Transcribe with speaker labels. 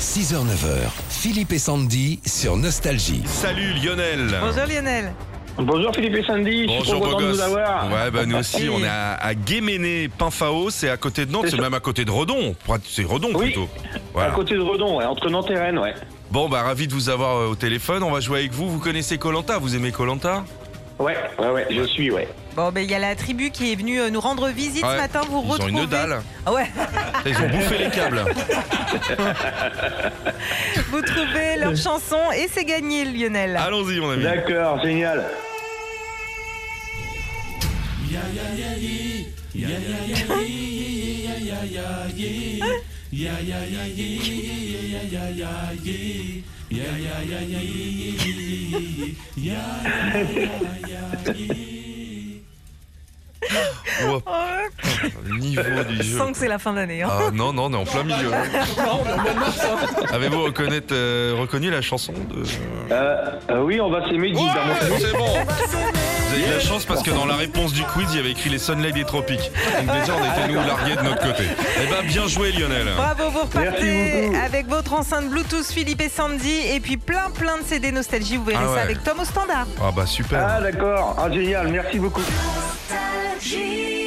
Speaker 1: 6h-9h, Philippe et Sandy sur Nostalgie.
Speaker 2: Salut Lionel.
Speaker 3: Bonjour Lionel.
Speaker 4: Bonjour Philippe et Sandy, je suis trop
Speaker 2: beau
Speaker 4: content de
Speaker 2: gosse.
Speaker 4: vous avoir.
Speaker 2: Ouais, bah nous aussi,
Speaker 3: Oui.
Speaker 2: on est à, à Guéméné, Pinfao, c'est à côté de Nantes,
Speaker 4: C'est
Speaker 2: c'est
Speaker 4: ça.
Speaker 2: même à côté de Redon. C'est Redon
Speaker 4: Oui.
Speaker 2: plutôt.
Speaker 4: À
Speaker 2: Voilà.
Speaker 4: côté de Redon, ouais, entre Nantes et Rennes, ouais.
Speaker 2: Bon, bah ravi de vous avoir euh, au téléphone. On va jouer avec vous. Vous connaissez Colanta Vous aimez Colanta
Speaker 4: Ouais, ouais, ouais, je suis, ouais.
Speaker 3: Bon, ben il y a la tribu qui est venue euh, nous rendre visite
Speaker 2: Ouais.
Speaker 3: ce matin. Vous
Speaker 2: Ils ont
Speaker 3: retrouvez.
Speaker 2: une dalle.
Speaker 3: Ah ouais.
Speaker 2: Ils ont bouffé les câbles.
Speaker 3: Vous trouvez leur chanson et c'est gagné, Lionel.
Speaker 2: Allons-y, mon ami.
Speaker 4: D'accord, génial.
Speaker 2: Oh,
Speaker 3: Euh,
Speaker 2: putain, le niveau du
Speaker 3: je
Speaker 2: jeu.
Speaker 3: sens que c'est la fin d'année. hein.
Speaker 2: Ah non, non, on est en plein milieu. Avez-vous reconnaître, euh, reconnu la chanson de...
Speaker 4: Euh, euh, oui, on va s'aimer, Guy.
Speaker 2: Ouais,
Speaker 4: dans mon-
Speaker 2: c'est bon. Vous avez de la chance parce que dans la réponse du quiz, il y avait écrit les Sunlight des Tropiques. Donc déjà, on était nous largués de notre côté. Eh ben, bien joué, Lionel.
Speaker 3: Bravo, vous repartez
Speaker 4: beaucoup.
Speaker 3: avec votre enceinte Bluetooth Philippe et Sandy et puis plein plein de CD nostalgie. Vous verrez
Speaker 2: Ah ouais.
Speaker 3: ça avec Tom au standard.
Speaker 2: Ah bah super.
Speaker 4: Ah d'accord, ah génial, merci beaucoup.
Speaker 5: Nostalgie.